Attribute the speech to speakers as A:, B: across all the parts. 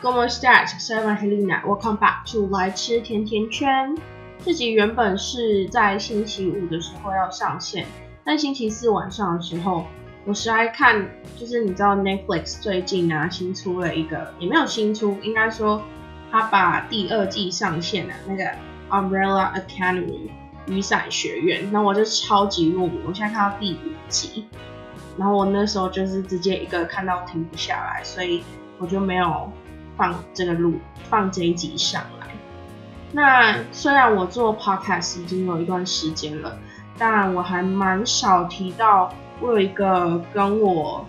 A: g o m o s t a t 塞万 Helena。Welcome back to 来吃甜甜圈。这集原本是在星期五的时候要上线，但星期四晚上的时候，我实在看，就是你知道 Netflix 最近啊新出了一个，也没有新出，应该说他把第二季上线了、那个 Umbrella Academy 雨伞学院，那我就超级入迷，我现在看到第五集，然后我那时候就是直接一个看到停不下来，所以我就没有放这个录放这一集上来。那虽然我做 podcast 已经有一段时间了，但我还蛮少提到我有一个跟我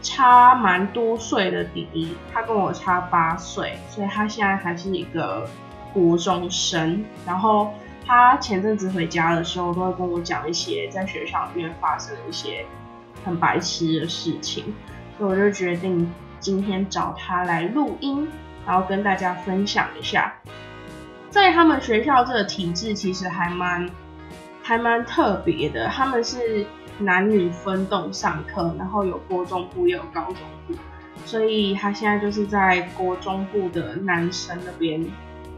A: 差蛮多岁的弟弟，他跟我差八岁，所以他现在还是一个国中生。然后他前阵子回家的时候，都会跟我讲一些在学校里面发生的一些很白痴的事情，所以我就决定今天找他来录音，然后跟大家分享一下。在他们学校这个体制其实还蛮还蛮特别的，他们是男女分栋上课，然后有国中部也有高中部，所以他现在就是在国中部的男生那边，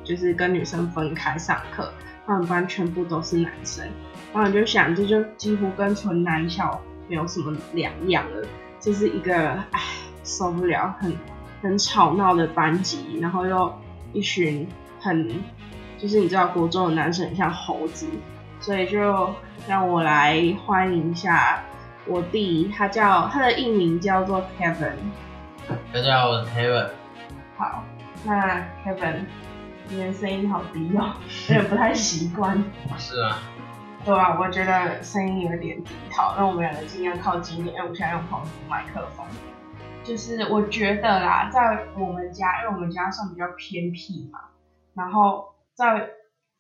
A: 就是跟女生分开上课，他们班全部都是男生，然后你就想这就几乎跟纯男校没有什么两样了，就是一个唉受不了很很吵闹的班级，然后又一群很就是你知道国中的男生很像猴子，所以就让我来欢迎一下我弟，他叫他的艺名叫做 Kevin。
B: 大家好，我是 Kevin。
A: 好，那 Kevin，你的声音好低哦， 有点不太习惯。
B: 是啊，
A: 对啊，我觉得声音有点低。好，那我们两个尽量靠近一点，因为我现在用同一麦克风。就是我觉得啦，在我们家，因为我们家算比较偏僻嘛，然后在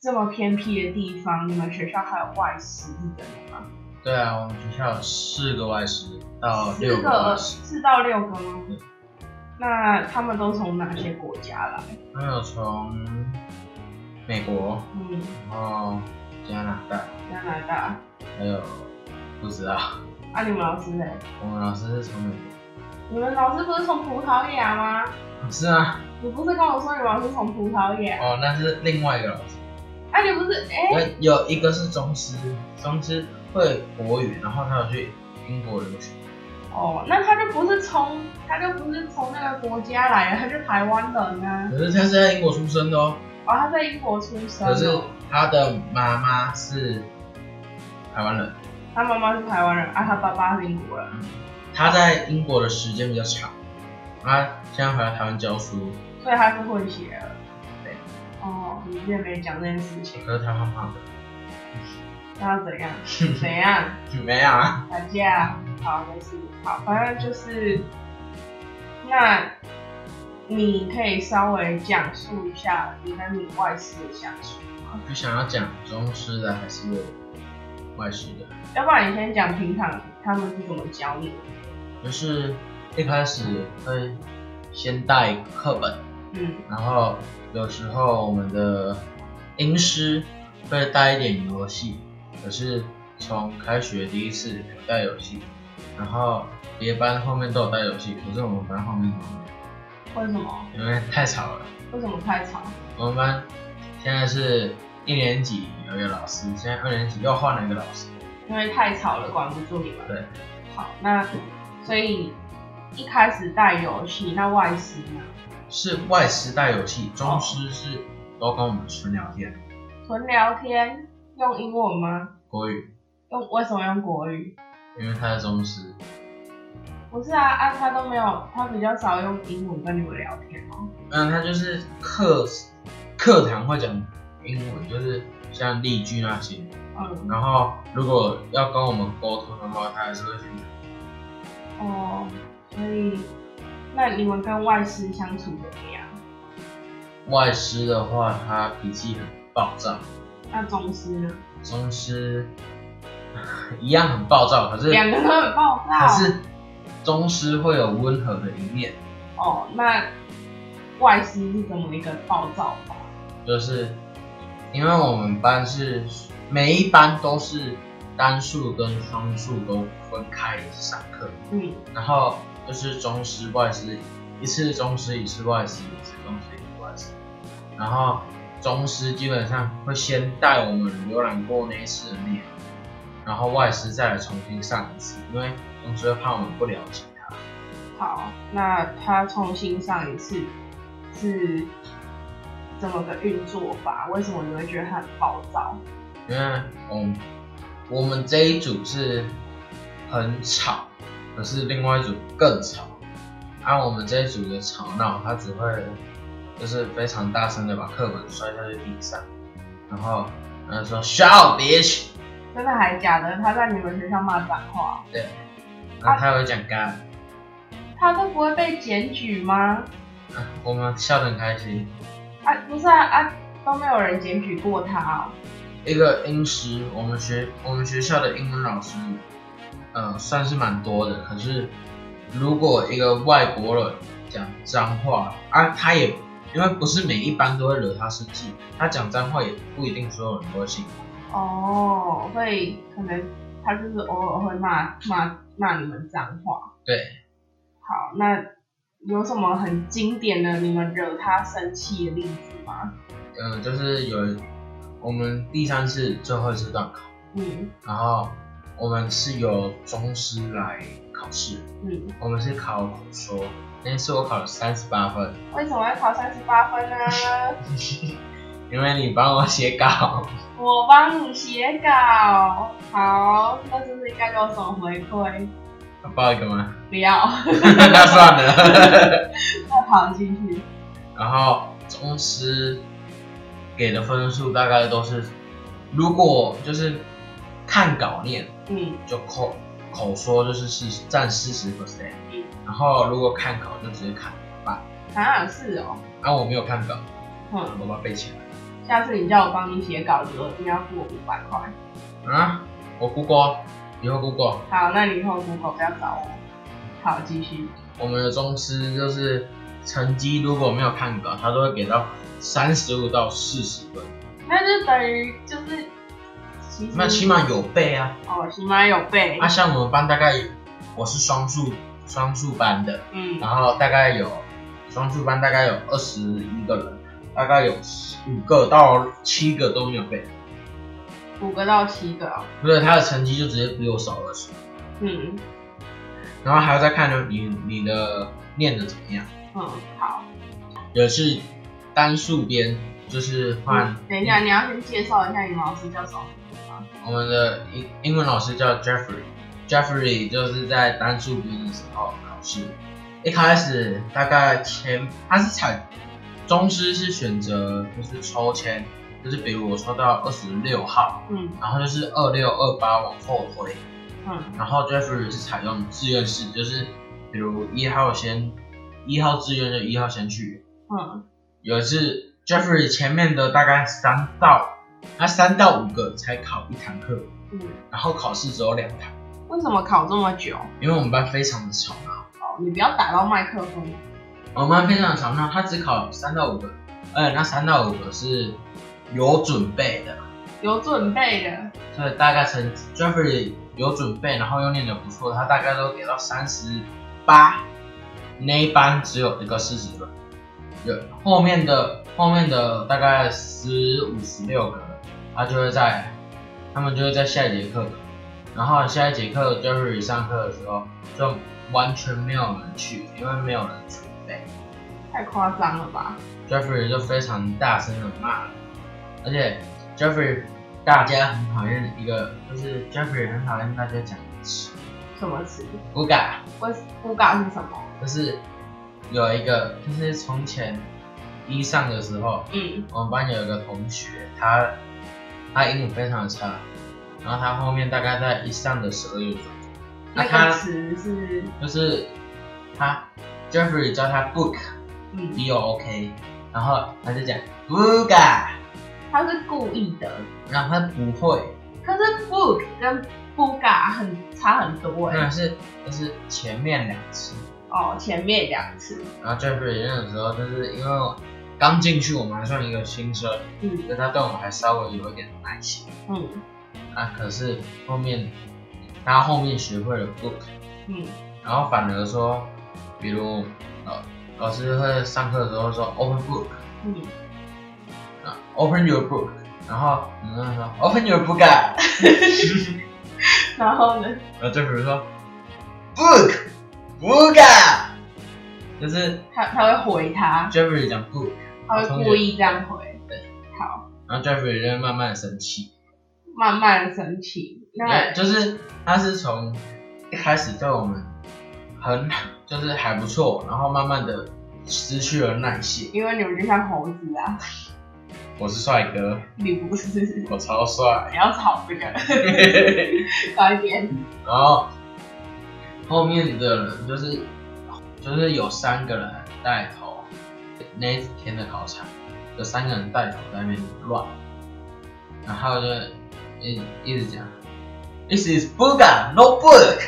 A: 这么偏僻的地方，你们学校还有外师的吗？
B: 对啊，我们学校有四个外师到
A: 四
B: 哦六个外
A: 个呃
B: 师，
A: 四到六个吗？那他们都从哪些国家来？
B: 他们有从美国，
A: 嗯，
B: 然后加拿大，
A: 加拿大。
B: 还有不知道。
A: 啊，你们老师嘞？
B: 我们老师是从美国。
A: 你们老师不是从葡萄牙吗？
B: 是啊，
A: 你不是跟我说你们老师从葡萄牙？
B: 哦，那是另外一个老师。
A: 啊，你不是哎、
B: 我有一个是中师，中师会国语，然后他有去英国留学。
A: 哦，那他就不是从他就不是从那个国家来的，他就台湾人啊。
B: 可是他是在英国出生的哦。
A: 哦，他在英国出生
B: 可是
A: 哦，
B: 他的妈妈是台湾人，
A: 他妈妈是台湾人，啊，他爸爸是英国人，
B: 他在英国的时间比较长，他现在回来台湾教书，
A: 所以他是混血儿。
B: 对。
A: 哦，你之前没讲这件事情，
B: 可是台湾胖
A: 那要 怎样？怎样？
B: 的，没啊，
A: 打架，好，没事，好，反正就是，那你可以稍微讲述一下你跟你外师的相处吗？
B: 就想要讲中式的还是外式的？
A: 要不然你先讲平常他们是怎么教你的？
B: 就是一开始会先带课本，
A: 嗯
B: 然后有时候我们的英师会带一点游戏，可是从开学第一次没有带游戏，然后别班后面都有带游戏，可是我们班后面都没
A: 为什么？
B: 有，因为太吵了。
A: 为什么太吵？
B: 我们班现在是一年级有一个老师，现在二年级又换了一个老师，
A: 因为太吵了，管不住你们。
B: 对，
A: 好，那所以一开始带游戏，那外师呢？
B: 是外师带游戏，中师是呃都跟我们纯聊天，
A: 纯聊天用英文吗？
B: 国语，
A: 用为什么用国语？
B: 因为他是中师，
A: 不是啊，啊他都没有，他比较少用英文跟你们聊天哦。
B: 嗯，他就是课课堂会讲英文，就是像例句那些，
A: 嗯，
B: 然后如果要跟我们沟通的话，他还是会去讲，嗯
A: 哦，所以那你们跟外师相处怎么样？
B: 外师的话，他脾气很暴躁，
A: 那宗师呢？
B: 中师 一样很暴躁，可是
A: 两个都很暴
B: 可
A: 躁。
B: 是宗师会有温和的一面，
A: 哦，那外师是怎么一个暴躁法？
B: 就是因为我们班是每一班都是单数跟双数都分开上课，
A: 嗯，
B: 然后就是宗师、外师一次中师，一次外师，一次中师，一次外师。然后中师基本上会先带我们浏览过那一次的内容，然后外师再来重新上一次，因为中师会怕我们不了解它。
A: 好，那他重新上一次是怎么个运作法？为什么你会觉得他很暴躁？
B: 因为我们我们这一组是很吵，可是另外一组更吵。按、我们这一组的吵闹，他只会就是非常大声的把课本摔下去地上，然后然后说 “shut up, bitch”，
A: 真的还假的？他在你们学校骂脏话，
B: 然后他会讲干、
A: 他都不会被检举吗？
B: 啊我们笑得很开心。
A: 啊，不是啊啊，都没有人检举过他哦。
B: 一个英师，我们学我们学校的英文老师，呃，算是蛮多的。可是如果一个外国人讲脏话啊，他也因为不是每一班都会惹他生气，他讲脏话也不一定所有人都会信。
A: 哦，所以可能他就是偶尔会骂骂骂你们脏话。
B: 对，
A: 好，那有什么很经典的你们惹他生气的例子吗？
B: 呃，就是有我们第三次最后一次段考，
A: 嗯
B: 然后我们是由中师来考试，
A: 嗯，
B: 我们是考口说，那次我考了三十八分，
A: 为什么要考三十八分呢？
B: 因为你帮我写稿。
A: 我帮你写稿，好，那是不是应该给我什么回馈？
B: 报一个吗？
A: 不要，
B: 那算了。
A: 那好，继续。
B: 然后中师给的分数大概都是，如果就是看稿念
A: 嗯
B: 就口口说就是是占四十 percent，
A: 嗯
B: 然后如果看稿就直接看一半。
A: 啊，是哦，
B: 啊，我没有看稿，
A: 嗯，
B: 我把它背起来。
A: 下次你叫我帮你写稿的时候，一定要付我五百块。
B: 啊，我 Google，以后 Google。
A: 好，那你以后 Google 不要找我。好，继续。
B: 我们的中师就是成绩如果没有看稿，他都会给到三十五到四十分，
A: 那就等于就是，其实
B: 那起码有背啊。
A: 哦，起码有背。
B: 啊，像我们班大概我是双数双数班的，
A: 嗯
B: 然后大概有双数班大概有二十一个人，大概有五个到七个都没有背，
A: 嗯五个到七个哦、
B: 不是他的成绩就直接比我少二十，
A: 嗯
B: 然后还要再看呢你你的念的怎么样，
A: 嗯，好。
B: 有一次单数边就是换、
A: 嗯等一下，你要先介绍一下你们老师叫什么？
B: 我们的英英文老师叫 Jeffrey。Jeffrey 就是在单数兵的时候考试，一开始大概前他是采中师是选择就是抽签，就是比如我抽到二十六号，
A: 嗯
B: 然后就是二六二八往后推，
A: 嗯
B: 然后 Jeffrey 是采用志愿式，就是比如一号先一号志愿就一号先去，
A: 嗯
B: 有一次 Jeffrey 前面的大概三到他三到五个才考一堂课，
A: 嗯，
B: 然后考试只有两堂，
A: 为什么考这么久？
B: 因为我们班非常的吵闹，
A: 哦，你不要打到麦克风。
B: 我们班非常的吵闹，他只考三到五个，而且那三到五个是有准备的，
A: 有准备的，
B: 所以大概成 Jeffrey 有准备，然后又念得不错，他大概都给到三十八，那一班只有一个四十分，有后面的后面的大概十五十六个人，他就会在他们就会在下一节课，然后下一节课 Jeffrey 上课的时候就完全没有人去，因为没有人准备
A: 太夸张了吧？
B: ，Jeffrey 就非常大声的骂人，而且 Jeffrey 大家很讨厌一个，就是 Jeffrey 很讨厌大家讲的词，
A: 什么词？
B: 不敢。
A: 我 g 嘎是什么？
B: 就是有一个，就是从前一上的时候，
A: 嗯
B: 我们班有一个同学，他他英语非常的差，然后他后面大概在一上的十二月左右，那
A: 那
B: 啊他
A: 个词是
B: 就是他 Jeffrey 叫他 book
A: 嗯，
B: B O O K，然后他就讲 booga，
A: 他是故意的。
B: 然后他不会，
A: 可是 book 跟 b 嘎很差很多哎、
B: 那是就是前面两次，
A: 哦，前面两次，
B: 然后 Jeffrey 那个时候就是因为我刚进去，我们还算一个新生，
A: 嗯
B: 所以他对我们还稍微有一点耐心。
A: 嗯
B: 啊，可是后面他后面学会了 book，
A: 嗯
B: 然后反而说，比如呃，老师会上课的时候说 open book
A: 嗯，
B: 啊，open your book，然后我们就说 open your book 啊，
A: 然后呢？
B: 然后就比如说 book book 啊，就是
A: 他他会回他，
B: Jeffrey 讲 book，
A: 他会故意这样回。好，
B: 然后 Jeffrey 就会慢慢地生气，
A: 慢慢生气。
B: 嗯
A: 那
B: 就是他是从一开始对我们很就是还不错，然后慢慢的失去了耐性。
A: 因为你们就像猴子啊，
B: 我是帅哥，
A: 你不是？
B: 我超帅，
A: 不要吵这个， 快点。
B: 然后后面的人就是就是有三个人带头，那一天的考场有三个人带头在那边乱，然后就一一直讲，This is book a no book，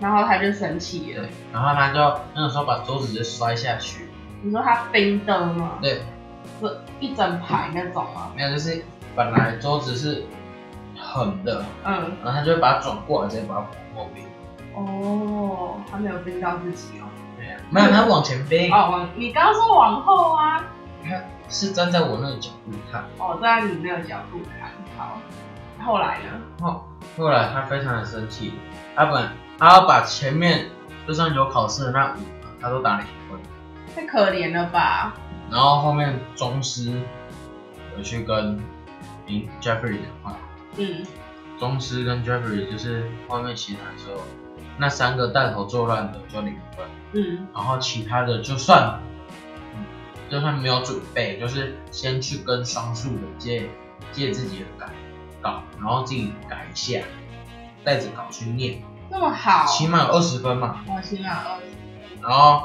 A: 然后他就生气了。
B: 对，然后他就那个时候把桌子就摔下去，
A: 你说他冰的吗？
B: 对，
A: 不，一整排那种吗？
B: 没有就是本来桌子是横的，
A: 嗯，
B: 然后他就把它转过来，直接把它往后边，
A: 哦，他没有冰到自己哦。
B: 没有没有他往前飞，
A: 哦，往你刚刚说往后啊？
B: 是站在我那个角度看。
A: 哦，站在你那个角度看，好。后来呢？
B: 后后来他非常的生气，他本他要把前面就算有考试的那五个他都打零分，
A: 太可怜了吧？
B: 然后后面宗师有去跟林 Jeffrey 讲话，
A: 嗯，
B: 宗师跟 Jeffrey 就是后面其他说那三个带头作乱的就零分，
A: 嗯，
B: 然后其他的就算嗯就算没有准备，就是先去跟双数的借借自己的改稿，然后自己改一下，带着稿去念。
A: 这么好，啊
B: 起码有二十分嘛，
A: 我起码二十，
B: 然后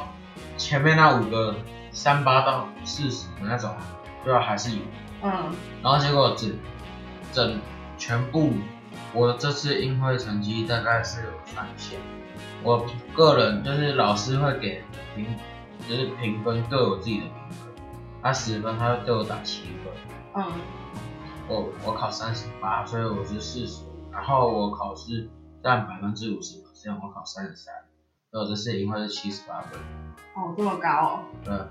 B: 前面那五个三八到四十的那种，对啊，还是有，
A: 嗯，
B: 然后结果只整全部我这次英会成绩大概是有上线，我个人就是老师会给评，就是评分对我自己的评分，他十分他会对我打七分，
A: 嗯，
B: 我我考三十八，所以我是四十，然后我考试占百分之五十 p e 我考三十三，所以我这次赢会是七十八分。
A: 哦，这么高哦。
B: 嗯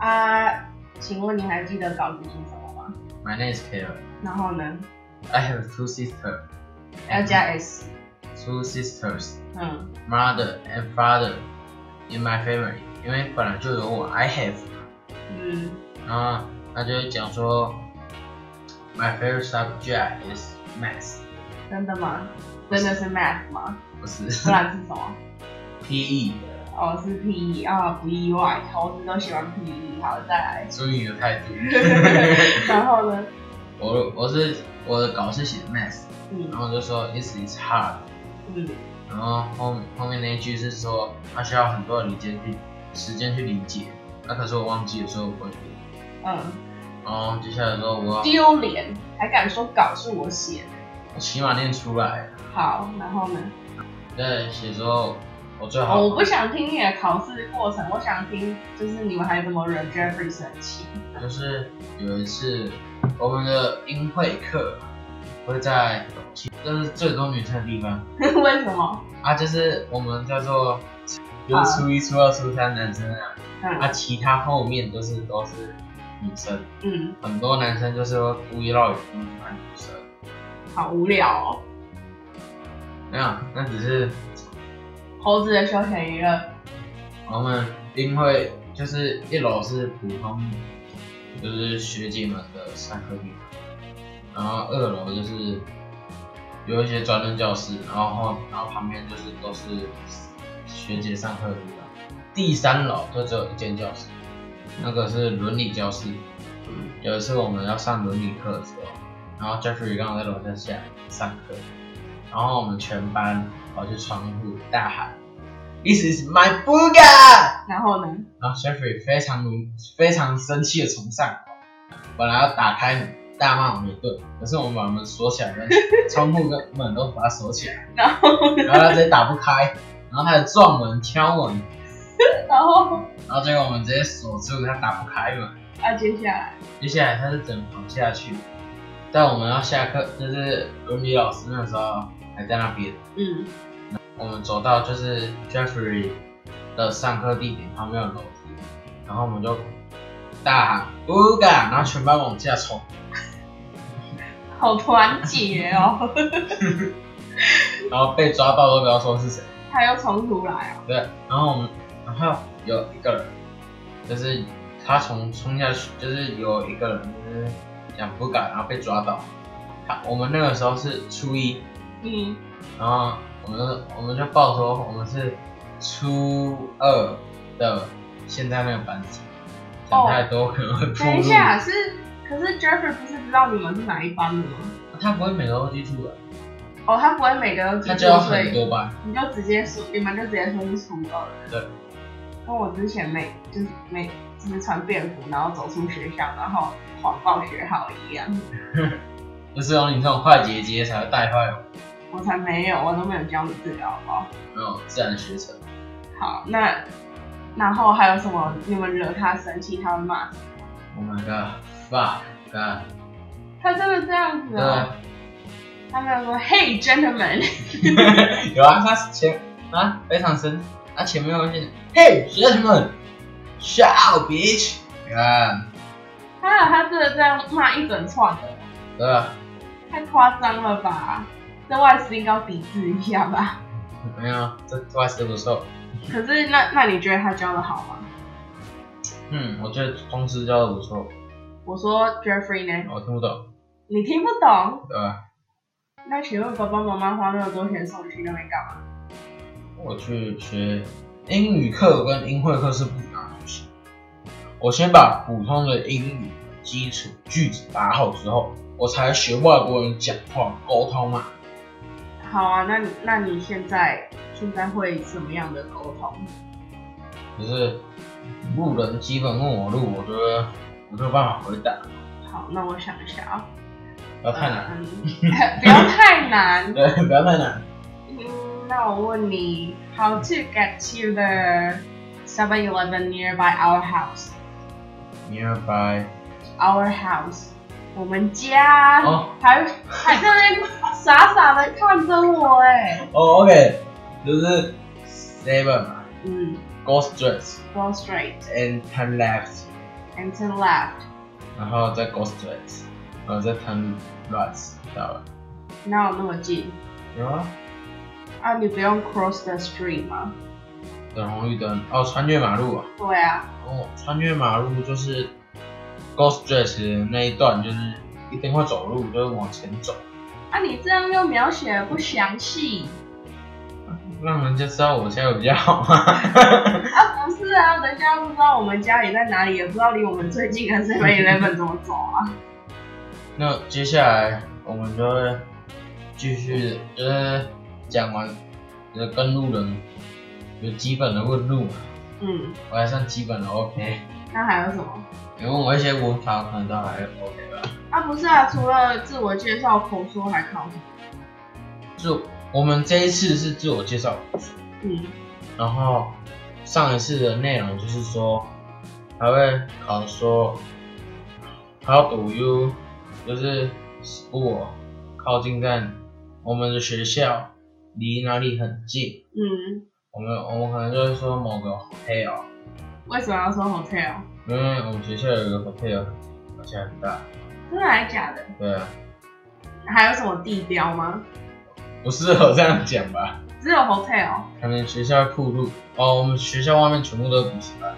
A: 啊，请问你还记得稿子是什么吗？
B: ，My name is Taylor.
A: 然后呢？
B: I have two sisters.
A: 要加 s，
B: Two sisters,
A: 嗯
B: mother and father, in my family. 因为本来就有我 I have，
A: 嗯
B: 然后他就会讲说，My favorite subject is math，
A: 真的吗？真的是 math 吗？
B: 不是 E，
A: 不然是什么？
B: PE，。
A: 哦，是 PE 啊、不意外，猴子都喜欢 PE。好，再来
B: 所以你的态度。
A: 然后呢？
B: 我我是我的稿是写 math，
A: 嗯
B: 然后我就说 This is hard。
A: 嗯
B: 然后后后面那一句是说，他需要很多的理解去时间去理解。那、可是我忘记了，所以我不会读。
A: 嗯，
B: 然后接下来说我要
A: 丢脸，还敢说稿是我写的？
B: 我起码念出来，
A: 好，然后呢？
B: 再写说我最好、
A: 哦我不想听你的考试过程，我想听就是你们还怎么惹 Jeffrey 生气。
B: 就是有一次我们的音会课会在楼梯，这是最多女生的地方
A: 为什么？
B: 啊，就是我们叫做就是初一、初二、初三男生啊，啊，
A: 嗯
B: 其他后面都是都是女生。
A: 嗯，
B: 很多男生就是会故意绕远路玩女生，
A: 好无聊哦，
B: 没有，那只是
A: 猴子的休闲娱乐。
B: 我们因为就是一楼是普通，就是学姐们的上课地方，然后二楼就是有一些专任教室，然后然后旁边就是都是学姐上课的地方，第三楼就只有一间教室，那个是伦理教室。有一次我们要上伦理课的时候，然后 Jeffrey 刚好在楼下下来上课，然后我们全班跑去窗户大喊：“This is my booger！”
A: 然后呢？
B: 然后 Jeffrey 非常如非常生气的从上楼，本来要打开门大骂我们一顿，可是我们把门锁起来，跟窗户跟门都把它锁起来，
A: 然后呢？
B: 然后他直接打不开，然后他还撞门敲门，
A: 然后
B: 然后结果我们直接锁住，他打不开门。
A: 啊，接下来，
B: 接下来他是整跑下去，但我们要下课，就是伦理老师那时候还在那边，
A: 嗯
B: 我们走到就是 Jeffrey 的上课地点旁边有楼梯，然后我们就大喊“乌嘎”，然后全班往下冲。
A: 好团结哦，
B: 然后被抓到都不要说是谁，
A: 他又冲突来哦，
B: 对。然后我们，然后有一个人，就是他从冲下去，就是有一个人就是讲不敢，然后被抓到。他我们那个时候是初一，
A: 嗯，
B: 然后我们就我们就报说我们是初二的现在那个班级，讲太多可能会 暴露。
A: 等一下是，可是 Jeffrey 不是知道你们是哪一班的吗？
B: 他不会每个都记住的，
A: 哦，他不会每个都记
B: 他
A: 住
B: 教，
A: 所
B: 很
A: 以
B: 多班。
A: 你就直接说，你们就直接说是初二了。
B: 对。
A: 跟我之前每就是每就是穿便服，然后走出学校，然后谎报学号一样，
B: 就是哦，你这种坏姐姐才会带坏我，
A: 我才没有，我都没有教你这个好不好？
B: 没有自然学成。
A: 好，那然后还有什么？你们惹他生气，他会骂你？
B: Oh my 啊 god, fuck god，
A: 他真的这样子
B: 啊
A: 哦？他没有说 Hey gentlemen，
B: 对，有啊，他前啊非常深，他前面会念，Hey gentlemen，shut up bitch，你看，
A: 他他真的这样骂一整串的，
B: 对吧？
A: 太夸张了吧？这外师应该要抵制一下吧？
B: 没有，这这还是不错。
A: 可是那那你觉得他教的好吗？
B: 嗯，我觉得公司教的不错，
A: 我说 Jeffrey 呢？
B: 我听不懂，
A: 你听不懂？
B: 对吧？
A: 那请问爸爸妈妈花那么多钱送你去那边干嘛？
B: 我去学英语课跟英会课是不一样的东西。我先把普通的英语基础句子打好之后，我才学外国人讲话沟通嘛。
A: 好啊，那你那你现在现在会什么样的沟通？
B: 就是路人基本问我路，我觉得我没有办法回答，
A: 好，那我想一下啊、
B: 不要太难，
A: 嗯， 不要太难。
B: 对，不要太难。
A: 嗯，那我问你，How to get to the 7-Eleven nearby our house?
B: Nearby，
A: Our house，我们家。
B: 哦
A: 还还在那边傻傻的看着我哎、
B: 哦、o k 就是 seven 嘛
A: 嗯
B: ，go straight
A: ，Go straight
B: and turn left，
A: and turn left.
B: 然后再 go straight，然后再 turn right，知道吧？
A: 哪有那么近
B: 有啊，
A: 啊？你不用 cross the street 吗？
B: 等红绿灯，哦，穿越马路啊，
A: 对啊，
B: 哦，穿越马路就是 go straight 的那一段，就是一定会走路，就是往前走，
A: 啊你这样又描写的不详细
B: 让人家知道我现在有比较好嘛。
A: 啊，不是啊，人家不知道我们家里在哪里，也不知道离我们最近的 Seven Eleven 怎么走啊。
B: 那接下来我们就会继续，就是讲完，就是跟路人有基本的问路嘛，
A: 嗯，
B: 我还算基本的 OK。
A: 那还有什么？
B: 你问我一些文法，我可能都还 OK 吧。
A: 啊，不是啊，除了自我介绍、口说，还靠什么？
B: 就我们这一次是自我介绍，
A: 嗯，
B: 然后上一次的内容就是说，还会考说 How do you，就是 school 靠近在我们的学校离哪里很近。
A: 嗯，
B: 我们我们可能就会说某个 hotel，
A: 为什么要说 hotel？
B: 因为我们学校有一个 hotel 好像很大，
A: 真的还假的？
B: 对啊，
A: 还有什么地标吗？
B: 不适合这样讲吧？
A: 只有 hotel，
B: 可能学校会铺路哦，我们学校外面全部都是补习班，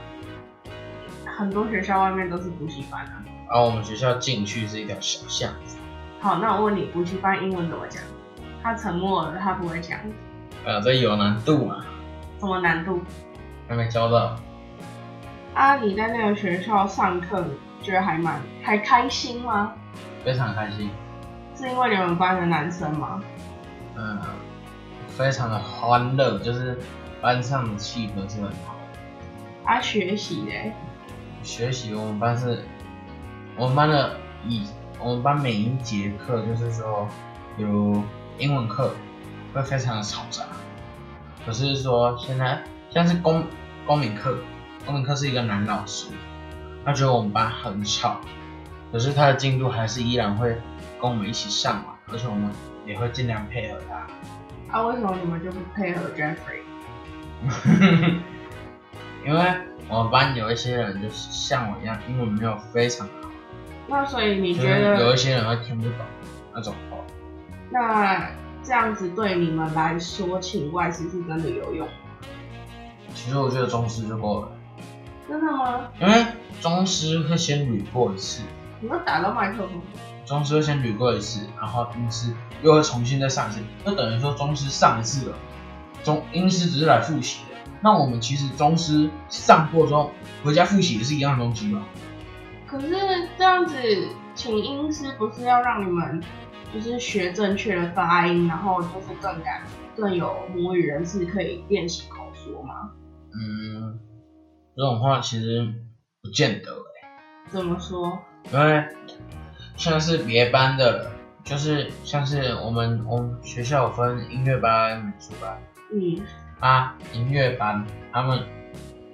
A: 很多学校外面都是补习班啊。
B: 然后我们学校进去是一条小巷子，
A: 好，那我问你，补习班英文怎么讲？他沉默了，他不会讲，
B: 呃，这有难度嘛，
A: 什么难度？
B: 还没教到，
A: 啊，你在那个学校上课，你觉得还蛮还开心吗？
B: 非常开心，
A: 是因为你们班的男生吗？
B: 嗯，非常的欢乐，就是班上的气氛是很好，
A: 啊，学习嘞，
B: 学习我们班是，我们班的以我们班每一节课就是说有英文课会非常的嘈杂，可是说现在像是公公民课，公民课是一个男老师，他觉得我们班很吵，可是他的进度还是依然会跟我们一起上嘛，而且我们也会尽量配合他。
A: 啊，为什么你们就不配合 Jeffrey？
B: 因为我们班有一些人就是像我一样，英文没有非常好，
A: 那所以你
B: 就
A: 觉
B: 是嗯有
A: 得
B: 一些人会听不懂那种话。
A: 那这样子对你们来说，请外师是真的有用？
B: 其实我觉得中师就够了，
A: 真的吗？
B: 因为中师会先捋过一次，
A: 你们打到麦克风？
B: 中师会先捋过一次，然后英师又会重新再上一次，就等于说中师上一次了，中英师只是来复习的。那我们其实中师上过之后回家复习也是一样的东西嘛。
A: 可是这样子，请音师不是要让你们就是学正确的发音，然后就是更敢、更有母语人士可以练习口说吗？
B: 嗯，这种话其实不见得欸、
A: 怎么说？
B: 因为像是别班的人，就是像是我们我们学校有分音乐班、美术班。
A: 嗯，
B: 啊，音乐班，他们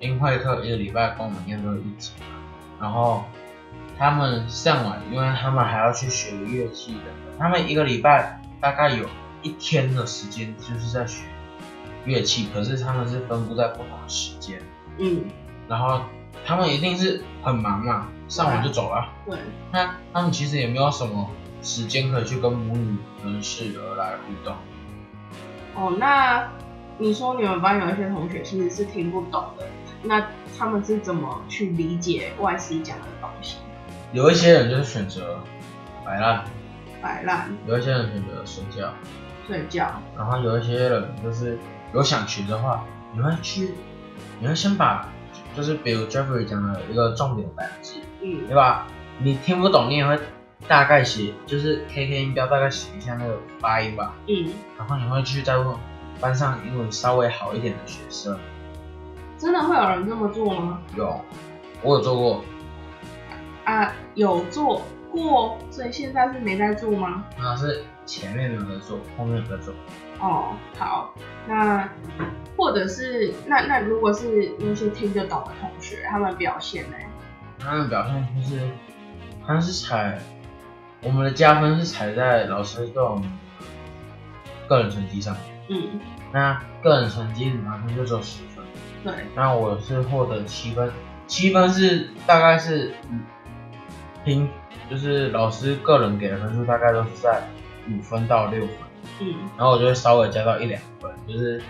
B: 音会课一个礼拜跟我们念都一节，然后他们上完，因为他们还要去学乐器的，他们一个礼拜大概有一天的时间就是在学乐器，可是他们是分布在不同的时间，
A: 嗯，
B: 然后他们一定是很忙嘛，上完就走了，
A: 对，
B: 那他们其实也没有什么时间可以去跟母语人士而来互动。
A: 哦，那你说你们班有一些同学其实是听不懂的，那他们是怎么去理解外师讲的东西？
B: 有一些人就是选择摆烂，
A: 摆烂、
B: 有一些人选择睡觉，
A: 睡觉，
B: 然后有一些人就是有想学的话，你会去，你会先把，就是比如 Jeffrey 讲的一个重点摆记，
A: 嗯
B: 对吧？你听不懂，你也会大概写，就是 KK 音标大概写一下那个发音吧，
A: 嗯，
B: 然后你会去再问班上英文稍微好一点的学生，
A: 真的会有人这么做吗？
B: 有，我有做过，
A: 啊，有做过，所以现在是没在做吗？
B: 那是前面没有在做，后面有在做，
A: 哦，好，那或者是那那如果是那些听得懂的同学，他们表现呢？
B: 他们表现就是，好像是踩我们的加分是踩在老师对我们个人成绩上面。
A: 嗯，
B: 那个人成绩满分就只有十分，
A: 对，
B: 那我是获得七分，七分是大概是嗯平，就是老师个人给的分数大概都是在五分到六分，
A: 嗯
B: 然后我就会稍微加到一两分，就是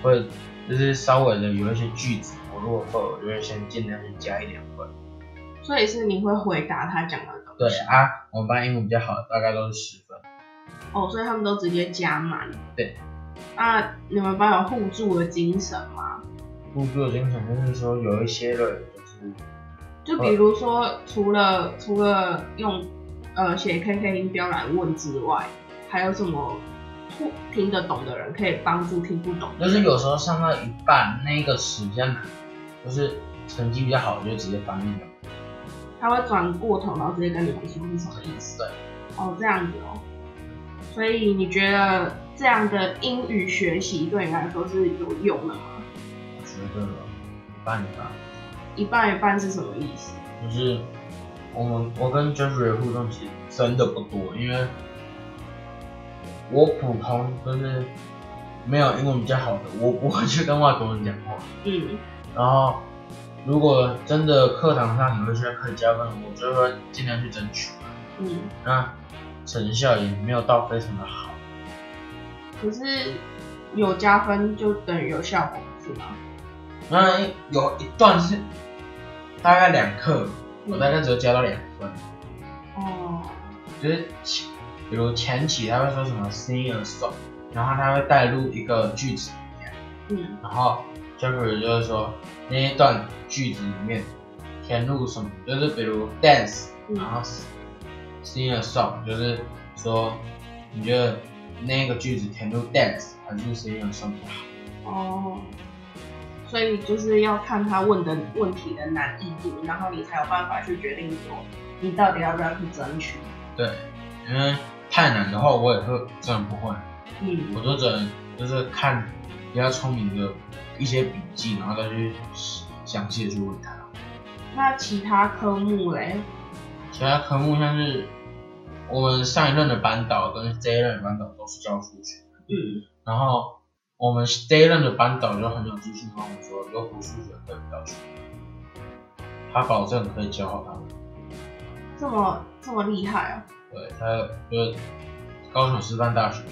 B: 会就是稍微的有一些句子，我如果会，我就会先尽量去加一两分。
A: 所以是你会回答他讲的东
B: 对
A: 西。
B: 啊，我们班英文比较好，大概都是十分。
A: 哦，所以他们都直接加满。
B: 对。
A: 那你们班有互助的精神吗？
B: 入座精神就是说有一些人就是
A: 就
B: 呃
A: 比如说，除了除了用呃写 KK 音标来问之外，还有什么互听得懂的人可以帮助听不懂的
B: 就
A: 人？
B: 是有时候上到一半那个词比较难，就是成绩比较好就直接翻译了。
A: 他会转过头，然后直接跟你们说是什么意思。
B: 对，
A: 哦，这样子哦。所以你觉得这样的英语学习对你来说是有用的吗？
B: 我觉得一半一半，
A: 一半一半是什么意思？
B: 就是我们我跟 Jeffrey 的互动其实真的不多，因为我普通就是没有英文比较好的，我不会去跟外国人讲话。
A: 嗯
B: 然后如果真的课堂上有一些可以加分，我就会尽量去争取。
A: 嗯。
B: 那成效也没有到非常的好，
A: 可是有加分就等于有效果，是吗？
B: 那有一段是大概两课，我大概只有加到两分，
A: 哦，
B: 就是前比如前期他会说什么 sing a song，然后他会带入一个句子里面，
A: 嗯
B: 然后 Jeffrey 就是说那一段句子里面填入什么，就是比如 dance
A: 嗯
B: 然后 sing a song 就是说，你觉得那个句子填入 dance 还是 sing a song 比较好？
A: 哦，所以就是要看他问的问题的难易度，然后你才有办法去决定说你到底要不要去争取。
B: 对，因为太难的话我也会真的不会，
A: 嗯
B: 我就只能就是看比较聪明的一些笔记，然后再去详细的去问他。
A: 那其他科目嘞？
B: 其他科目像是我们上一任的班导跟这一任的班导都是教数学。
A: 嗯
B: 然后我们这一任的班导就很有自信跟我们说，有读数学会比较出。他保证可以教好他们。
A: 这么这么厉害啊！
B: 对他就是高雄师范大学，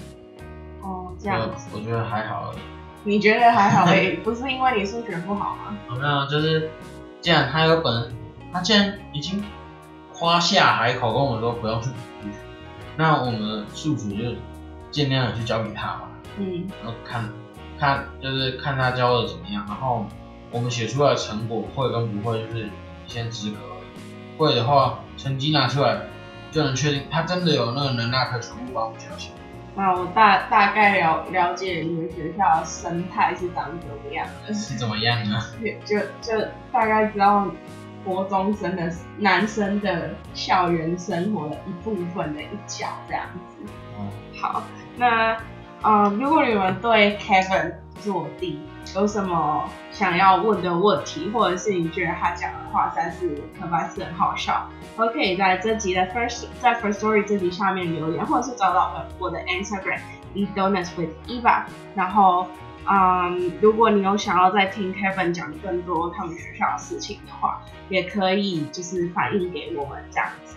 A: 哦，这样
B: 我
A: 子，
B: 我觉得还好而已。
A: 你觉得还好诶、不是因为你数学不好吗？
B: 有没有？就是既然他有本，他既然已经夸下海口跟我说不用去补数学，那我们数学就尽量的去教给他嘛，
A: 嗯，
B: 然后看看就是看他教的怎么样，然后我们写出来的成果会跟不会就是先及格而已，会的话成绩拿出来就能确定他真的有那个能耐可以全部帮我们教起来。
A: 那我大大概了了解你们学校的生态是长怎么样的，
B: 是怎么样呢？
A: 就就大概知道国中生的男生的校园生活的一部分的一角这样子。好，那呃，如果你们对 Kevin 坐地有什么想要问的问题，或者是你觉得他讲的话实在是可发是很好笑，都可以在这集的 first 在 first story 这集下面留言，或者是找到我我的 Instagram e donuts with Eva，然后。嗯，如果你有想要再听 Kevin 讲更多他们学校的事情的话，也可以就是反映给我们这样子。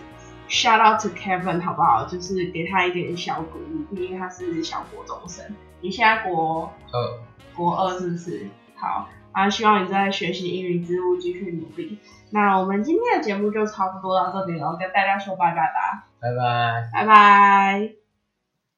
A: shout out to Kevin 好不好？就是给他一点小鼓励，毕竟他是小国中生。你现在国
B: 呃，
A: 国二是不是？好啊，希望你在学习英语之路继续努力。那我们今天的节目就差不多到这里了，跟大家说拜拜吧，
B: 拜拜。
A: 拜拜。